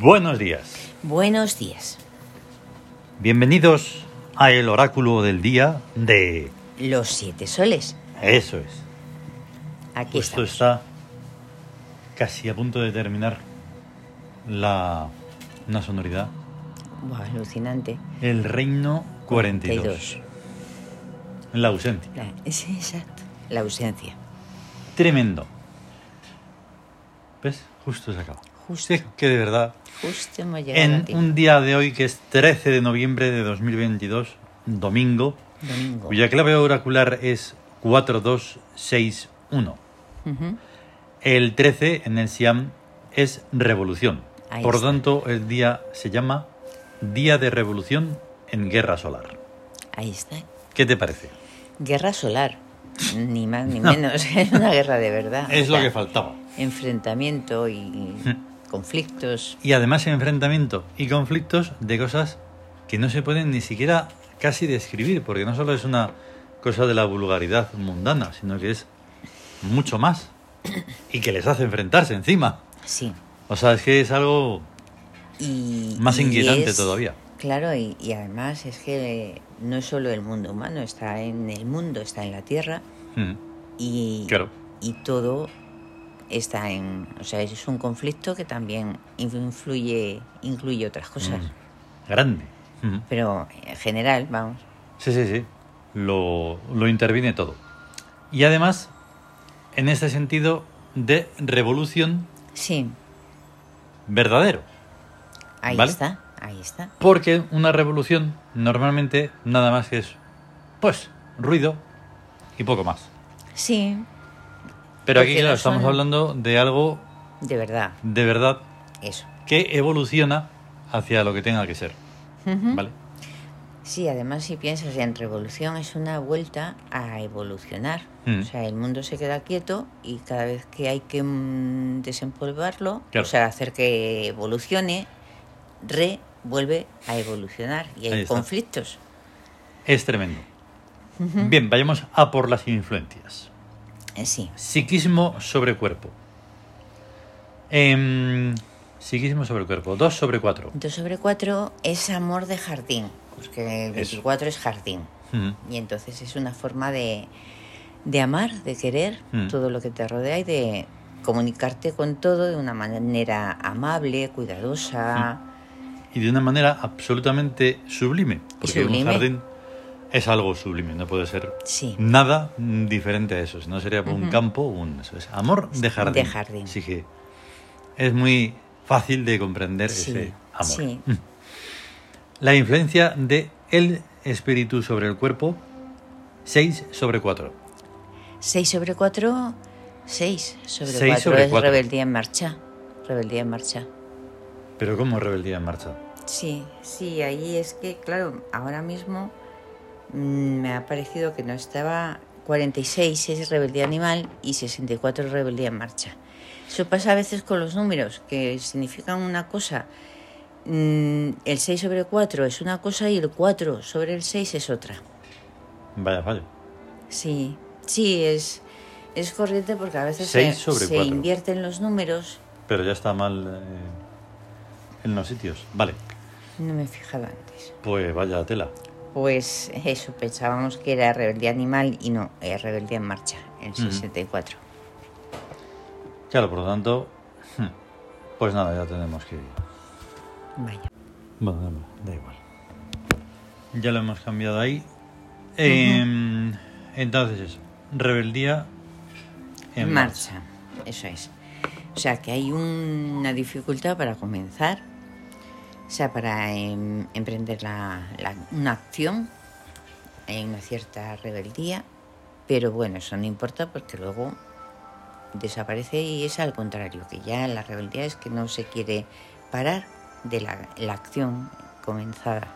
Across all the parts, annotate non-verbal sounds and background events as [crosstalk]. Buenos días. Buenos días. Bienvenidos a el oráculo del día de... Los siete soles. Eso es. Aquí Esto estamos. está casi a punto de terminar la... una sonoridad. Buah, alucinante. El reino 42. En la ausencia. La- [laughs] sí, exacto. La ausencia. Tremendo. ¿Ves? Justo se acaba. Justo. Si es que de verdad, Justo hemos llegado a en ti. un día de hoy que es 13 de noviembre de 2022, domingo, Domingo. cuya clave oracular es 4261. Ujú. El 13 en el Siam es revolución. Ahí Por está. tanto, el día se llama Día de Revolución en Guerra Solar. Ahí está. ¿Qué te parece? Guerra solar. Ni más ni menos. [laughs] Es una guerra de verdad. Es O lo sea, que faltaba. Enfrentamiento y conflictos. Y además enfrentamiento y conflictos de cosas que no se pueden ni siquiera casi describir, porque no solo es una cosa de la vulgaridad mundana, sino que es mucho más y que les hace enfrentarse encima. Sí. O sea, es que es algo Y, Más y inquietante todavía. Claro, y, y además es que eh, no es solo el mundo humano, está en el mundo, está en la Tierra mm, y, Claro. y todo está en... O sea, es un conflicto que también influye, incluye otras cosas. Mm. grande. Mm. Pero en general, vamos, Sí, sí, sí. Lo, lo interviene todo. Y además, en este sentido de revolución sí, verdadero. ahí Vale. está, ahí está. Porque una revolución normalmente nada más que es, pues, ruido y poco más. Sí, Pero aquí, Porque claro, no estamos son- hablando de algo de verdad, de verdad eso. que evoluciona hacia lo que tenga que ser. Ujú. ¿Vale? Sí, además si piensas en revolución es una vuelta a evolucionar. Mm. O sea, el mundo se queda quieto y cada vez que hay que mm, desempolvarlo, Claro. o sea, hacer que evolucione, re vuelve a evolucionar y Ahí hay está. conflictos. Es tremendo. Bien, vayamos a por las influencias. Eh, Sí, Psiquismo sobre cuerpo. Em, psiquismo sobre cuerpo. 2 sobre 4. 2 sobre 4 es amor de jardín, porque el Eso. 24 es jardín. Y entonces es una forma de, de amar, de querer Mm. todo lo que te rodea y de comunicarte con todo de una manera amable, cuidadosa. Mm. Y de una manera absolutamente sublime. Porque un Sublime. jardín es algo sublime, no puede ser Sí, nada mm, diferente a eso. Si no sería por un campo, un eso es amor de jardín. De jardín. Así que es muy fácil de comprender sí, ese amor. sí, La influencia de el espíritu sobre el cuerpo, 6 sobre 4. 6 sobre 4, 6 sobre Seis 4 sobre es cuatro. rebeldía en marcha. Rebeldía en marcha. Pero ¿cómo rebeldía en marcha? Sí, sí, ahí es que, claro, ahora mismo mm, me ha parecido que no estaba 46 es rebeldía animal y 64 es rebeldía en marcha. Eso pasa a veces con los números, que significan una cosa. mm, El 6 sobre 4 es una cosa y el 4 sobre el 6 es otra. Vaya, vaya. Sí, sí, es, es corriente porque a veces Seis se, sobre se cuatro. invierten los números. Pero ya está mal eh, en los sitios. Vale, No me he fijado antes. pues vaya tela. Pues eso, pensábamos que era rebeldía animal y no, es rebeldía en marcha, el 64. Claro, por lo tanto, pues nada, ya tenemos que... Vaya. Bueno, da igual, da igual. Ya lo hemos cambiado ahí. Em, Entonces eso, rebeldía en En marcha. marcha. eso es. O sea, que hay una dificultad para comenzar, o sea, para em, emprender la- la- una acción, hay una cierta rebeldía, pero bueno, eso no importa porque luego desaparece y es al contrario, que ya la rebeldía es que no se quiere parar de la, la acción comenzada.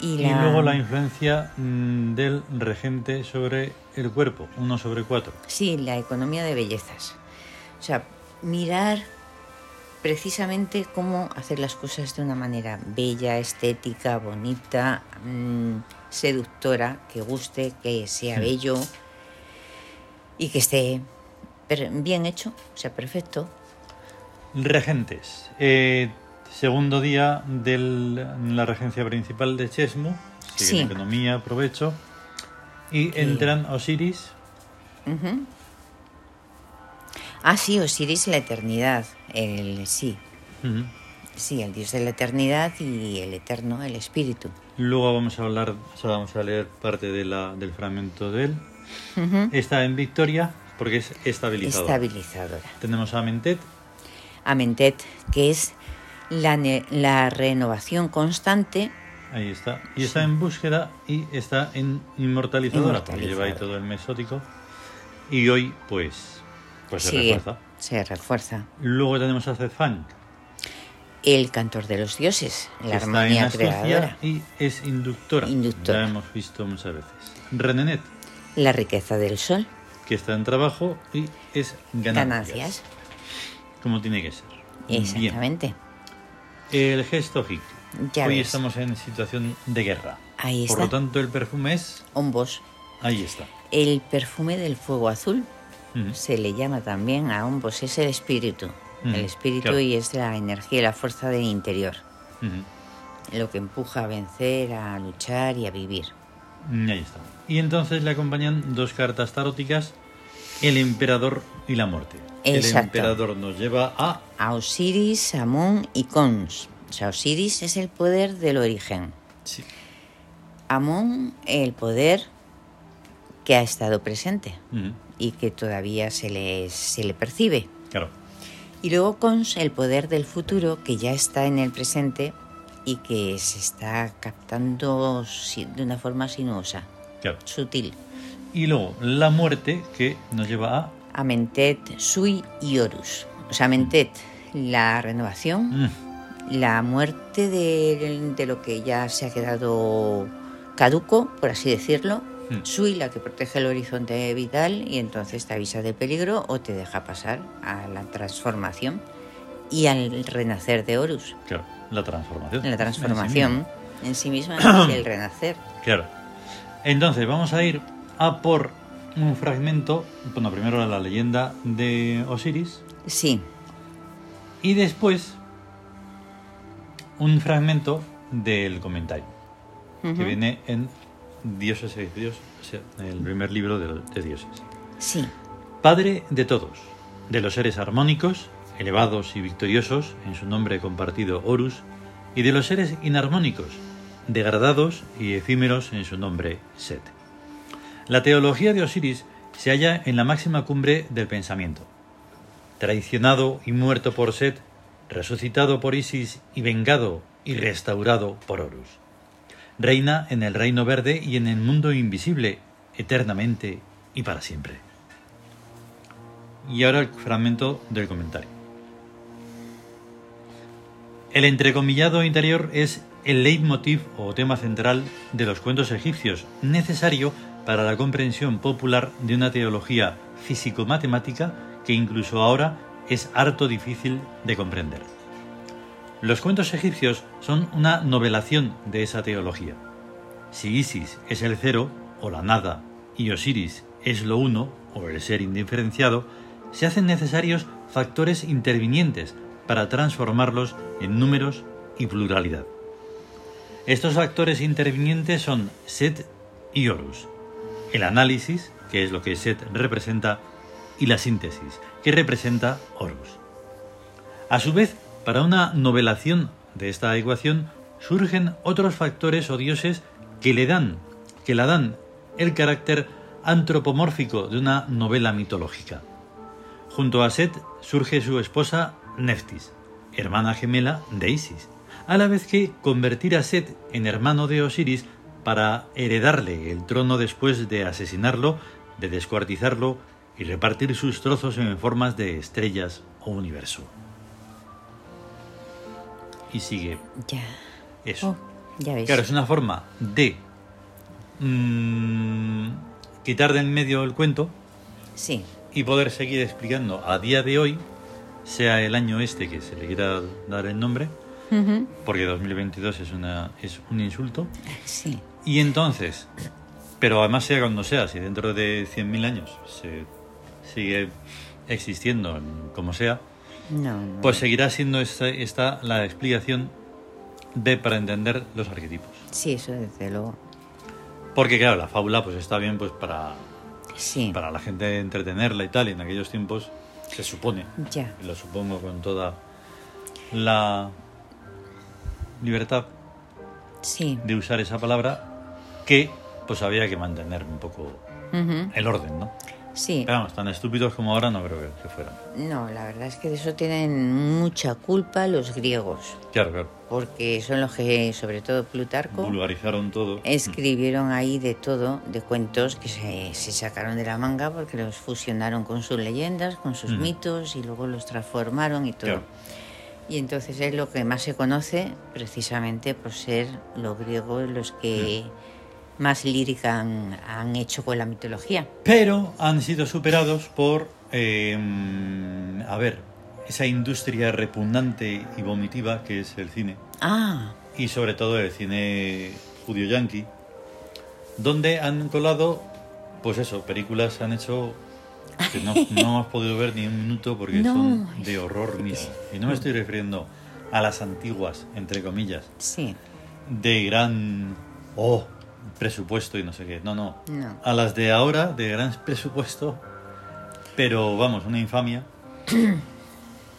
Y, Y luego la influencia mm, del regente sobre el cuerpo, 1 sobre 4. Sí, la economía de bellezas. O sea, mirar precisamente cómo hacer las cosas de una manera bella, estética, bonita, mm, seductora, que guste, que sea bello y que esté per- bien hecho, o sea, perfecto. Regentes. Eh, segundo día de la regencia principal de Chesmu. Sí. Siguen Economía, provecho. Y entran Osiris. Ujú. Ah, sí, Osiris, la eternidad. El, sí, Ujú. sí, el dios de la eternidad y el eterno, el espíritu. Luego vamos a hablar, o sea, vamos a leer parte de la, del fragmento de él. Ujú. Está en Victoria porque es estabilizado. Estabilizadora. Tenemos a Mentet. Amentet, que es la, ne- la renovación constante. Ahí está. Y está en búsqueda y está en inmortalizadora, porque Inmortalizadora. lleva ahí todo el mesótico. Y hoy, pues, pues se sigue, refuerza. se refuerza. Luego tenemos a Zedfang, El cantor de los dioses, la que está en armonía astucia creadora. y es inductora. Inductora. Ya hemos visto muchas veces. Renenet, La riqueza del sol, que está en trabajo y es ganancias. ganancias. Como tiene que ser. Bien. Exactamente. El gesto hic. Ya Hoy ves. estamos en situación de guerra. Ahí Por está. lo tanto, el perfume es. Hombos. Ahí está. El perfume del fuego azul Mm. se le llama también a hombos, es el espíritu. Mm, el espíritu claro. y es la energía y la fuerza del interior, Ujú. lo que empuja a vencer, a luchar y a vivir. Mm, Ahí está. Y entonces le acompañan dos cartas taróticas: el emperador y la muerte. El Exacto. emperador nos lleva a. A Osiris, Amón y Cons. O sea, Osiris es el poder del origen. Sí. Amón, el poder que ha estado presente Ujú. y que todavía se le, se le percibe. Claro. Y luego Cons, el poder del futuro que ya está en el presente y que se está captando si- de una forma sinuosa, Claro. sutil. Y luego la muerte que nos lleva a. Amentet, Sui y Horus. O sea, Amentet, la renovación, Mm, la muerte de, de lo que ya se ha quedado caduco, por así decirlo. Mm. Sui, la que protege el horizonte vital y entonces te avisa de peligro o te deja pasar a la transformación y al renacer de Horus. Claro. La transformación. La transformación en sí misma [clears throat] es el renacer. Claro. Entonces, vamos a ir a por un fragmento. Bueno, primero la leyenda de Osiris. Sí, Y después un fragmento del comentario. Que viene en Dioses y Dios, o sea, el primer libro de, de Dioses. sí, Padre de todos, de los seres armónicos, elevados y victoriosos, en su nombre compartido Horus, y de los seres inarmónicos, degradados y efímeros, en su nombre Set. La teología de Osiris se halla en la máxima cumbre del pensamiento. Traicionado y muerto por Set, resucitado por Isis y vengado y restaurado por Horus. Reina en el reino verde y en el mundo invisible, eternamente y para siempre. Y ahora el fragmento del comentario. El entrecomillado interior es el leitmotiv o tema central de los cuentos egipcios, necesario para la comprensión popular de una teología físico-matemática que incluso ahora es harto difícil de comprender. Los cuentos egipcios son una novelación de esa teología. Si Isis es el cero o la nada y Osiris es lo uno o el ser indiferenciado, se hacen necesarios factores intervinientes para transformarlos en números y pluralidad. Estos factores intervinientes son Set y Horus, el análisis, que es lo que Set representa, y la síntesis, que representa Horus. A su vez, para una novelación de esta ecuación surgen otros factores o dioses que le dan, que la dan el carácter antropomórfico de una novela mitológica. Junto a Set surge su esposa Neftis, hermana gemela de Isis, a la vez que convertir a Set en hermano de Osiris para heredarle el trono después de asesinarlo, de descuartizarlo y repartir sus trozos en formas de estrellas o universo. Y sigue ya. eso. Oh, ya ves. Claro, es una forma de mm, quitar de en medio el cuento Sí, y poder seguir explicando a día de hoy, sea el año este que se le quiera dar el nombre, Ujú, porque 2022 es, una, es un insulto, sí, y entonces, pero además sea cuando sea, si dentro de 100.000 años se sigue existiendo en- como sea, No, no. Pues seguirá siendo esta, esta la explicación de para entender los arquetipos. Sí, eso desde luego. Porque claro, la fábula pues está bien pues para, Sí. para la gente entretenerla y tal, y en aquellos tiempos se supone, Ya. y lo supongo con toda la libertad Sí. de usar esa palabra, que pues había que mantener un poco Ujú. el orden, ¿no? Sí. Pero vamos, tan estúpidos como ahora no creo que, que fueran. No, la verdad es que de eso tienen mucha culpa los griegos, Claro, claro. porque son los que, sobre todo Plutarco, Vulgarizaron todo. escribieron ahí de todo, de cuentos que se, se sacaron de la manga porque los fusionaron con sus leyendas, con sus Ujú. mitos y luego los transformaron y todo. Mm. Claro. Y entonces es lo que más se conoce precisamente por ser los griegos los que más lírica han, han hecho con la mitología. Pero han sido superados por, eh, a ver, esa industria repugnante y vomitiva que es el cine. Ah, y sobre todo el cine judío yanqui, donde han colado, pues eso, películas han hecho que [laughs] no, no has podido ver ni un minuto porque No. son de horror mismo. Y no me estoy refiriendo a las antiguas, entre comillas, sí, de gran oh, presupuesto y no sé qué. No, no. No. A las de ahora, de gran presupuesto, pero vamos, una [clears throat] infamia.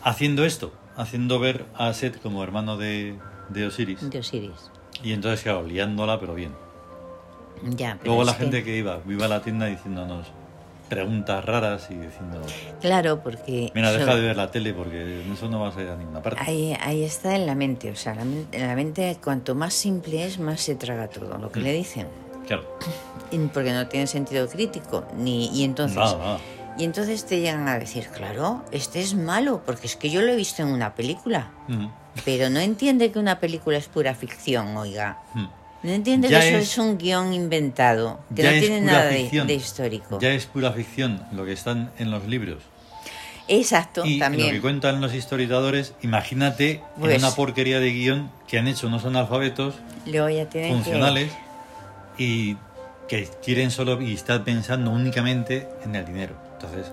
haciendo esto, haciendo ver a Set como hermano de, de Osiris. de Osiris. Y entonces, claro, liándola, pero bien. Ya, pero Luego es la que- gente que iba, iba a la tienda diciéndonos preguntas raras y diciendo, Claro, porque... mira, eso- deja de ver la tele porque en eso no vas a ir a ninguna parte. Ahí, ahí está en la mente, o sea, la men- en la mente cuanto más simple es, más se traga todo Mm. lo que le dicen, Claro, Y porque no tiene sentido crítico, ni y entonces nada, nada. y entonces te llegan a decir, claro, este es malo, porque es que yo lo he visto en una película, Mm, pero no entiende que una película es pura ficción, oiga, mm. no entiende Ya que eso es- es, un guión inventado, que Ya no es tiene pura nada de, ficción. de histórico, Ya es pura ficción lo que están en los libros. exacto, Y lo que también, cuentan los historiadores, imagínate en Pues- una porquería de guión que han hecho unos analfabetos luego ya tienen que- funcionales y que quieren solo y están pensando únicamente en el dinero. Entonces,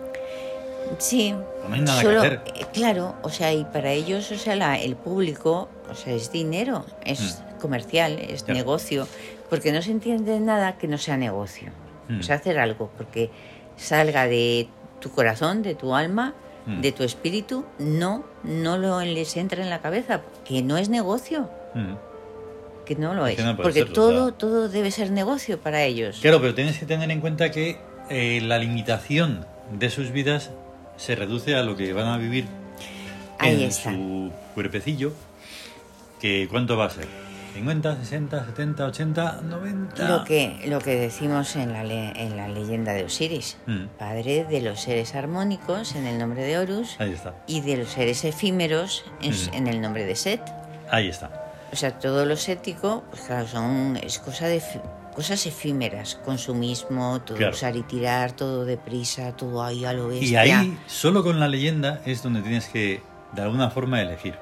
Sí. No hay nada que hacer. eh, Claro, o sea, y para ellos, o sea, la- el público, o sea, es dinero, es Hmm. comercial, es Claro. negocio, porque no se entiende nada que no sea negocio. Mm. O sea, hacer algo porque salga de tu corazón, de tu alma, Mm. de tu espíritu, no, no lo les entra en la cabeza, que no es negocio, mm. que no lo es, que no puede porque serlo, todo, claro. todo debe ser negocio para ellos. Claro, pero tienes que tener en cuenta que eh, la limitación de sus vidas se reduce a lo que van a vivir Ahí en está. su cuerpecillo. Que ¿Cuánto va a ser? ¿50, 60, 70, 80, 90? Lo que, lo que decimos en la, le- en la leyenda de Osiris, Mm. padre de los seres armónicos en el nombre de Horus Ahí está, y de los seres efímeros en, s- Mm. en el nombre de Set. ahí está. O sea, todo lo sético, pues claro, son es cosa de fi- cosas efímeras, consumismo, todo Claro. usar y tirar, todo deprisa, todo ahí a lo Y bestia. ahí, solo con la leyenda, es donde tienes que, de alguna forma, elegir.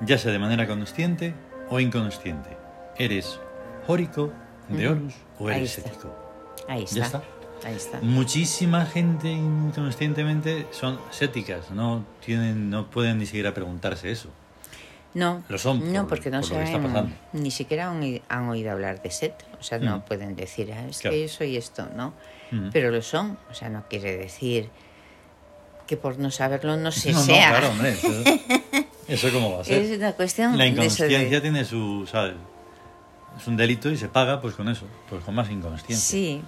Ya sea de manera consciente o inconsciente. ¿Eres jórico de Horus o Ahí eres está. ético? Ahí ya está. está. Mm, Ahí está. Muchísima gente inconscientemente son séticas, no tienen, no pueden ni siquiera preguntarse eso. No, Lo son, no por- porque no por lo que está saben- pasando. ni siquiera han, oí- han oído hablar de Set. O sea, no Mm. pueden decir, "Ah, es Claro. que soy esto, ¿no? Mm. [laughs] Pero lo son, o sea, no quiere decir que por no saberlo no se no, no, sea. claro, hombre, eso, [laughs] eso cómo va a ser. es una cuestión La de eso de- inconsciencia tiene su, ¿sabes? Es un delito y se paga pues con eso, pues con más inconsciencia. Sí,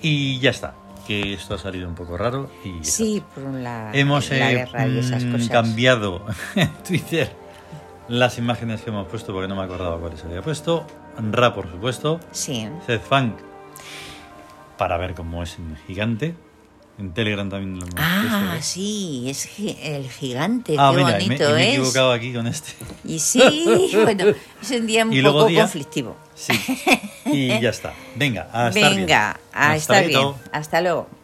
Y ya está, que esto ha salido un poco raro y ya sí, por la, está. hemos la eh, guerra y esas mm, cosas. cambiado [laughs] en Twitter las imágenes que hemos puesto porque no me acordaba cuáles había puesto. Ra, por supuesto. Sí, Seth Funk para ver cómo es un gigante. En Telegram también lo hemos ah, puesto. ¿eh? sí, es gi- el gigante, Ah, qué mira, y me, bonito y me he es. equivocado aquí con este. Y sí, [laughs] bueno, es [laughs] un día un Y luego poco día- [laughs] conflictivo. Sí. Y ya está. Venga, a estar bien. Venga, a Hasta estar bien. luego. Hasta luego.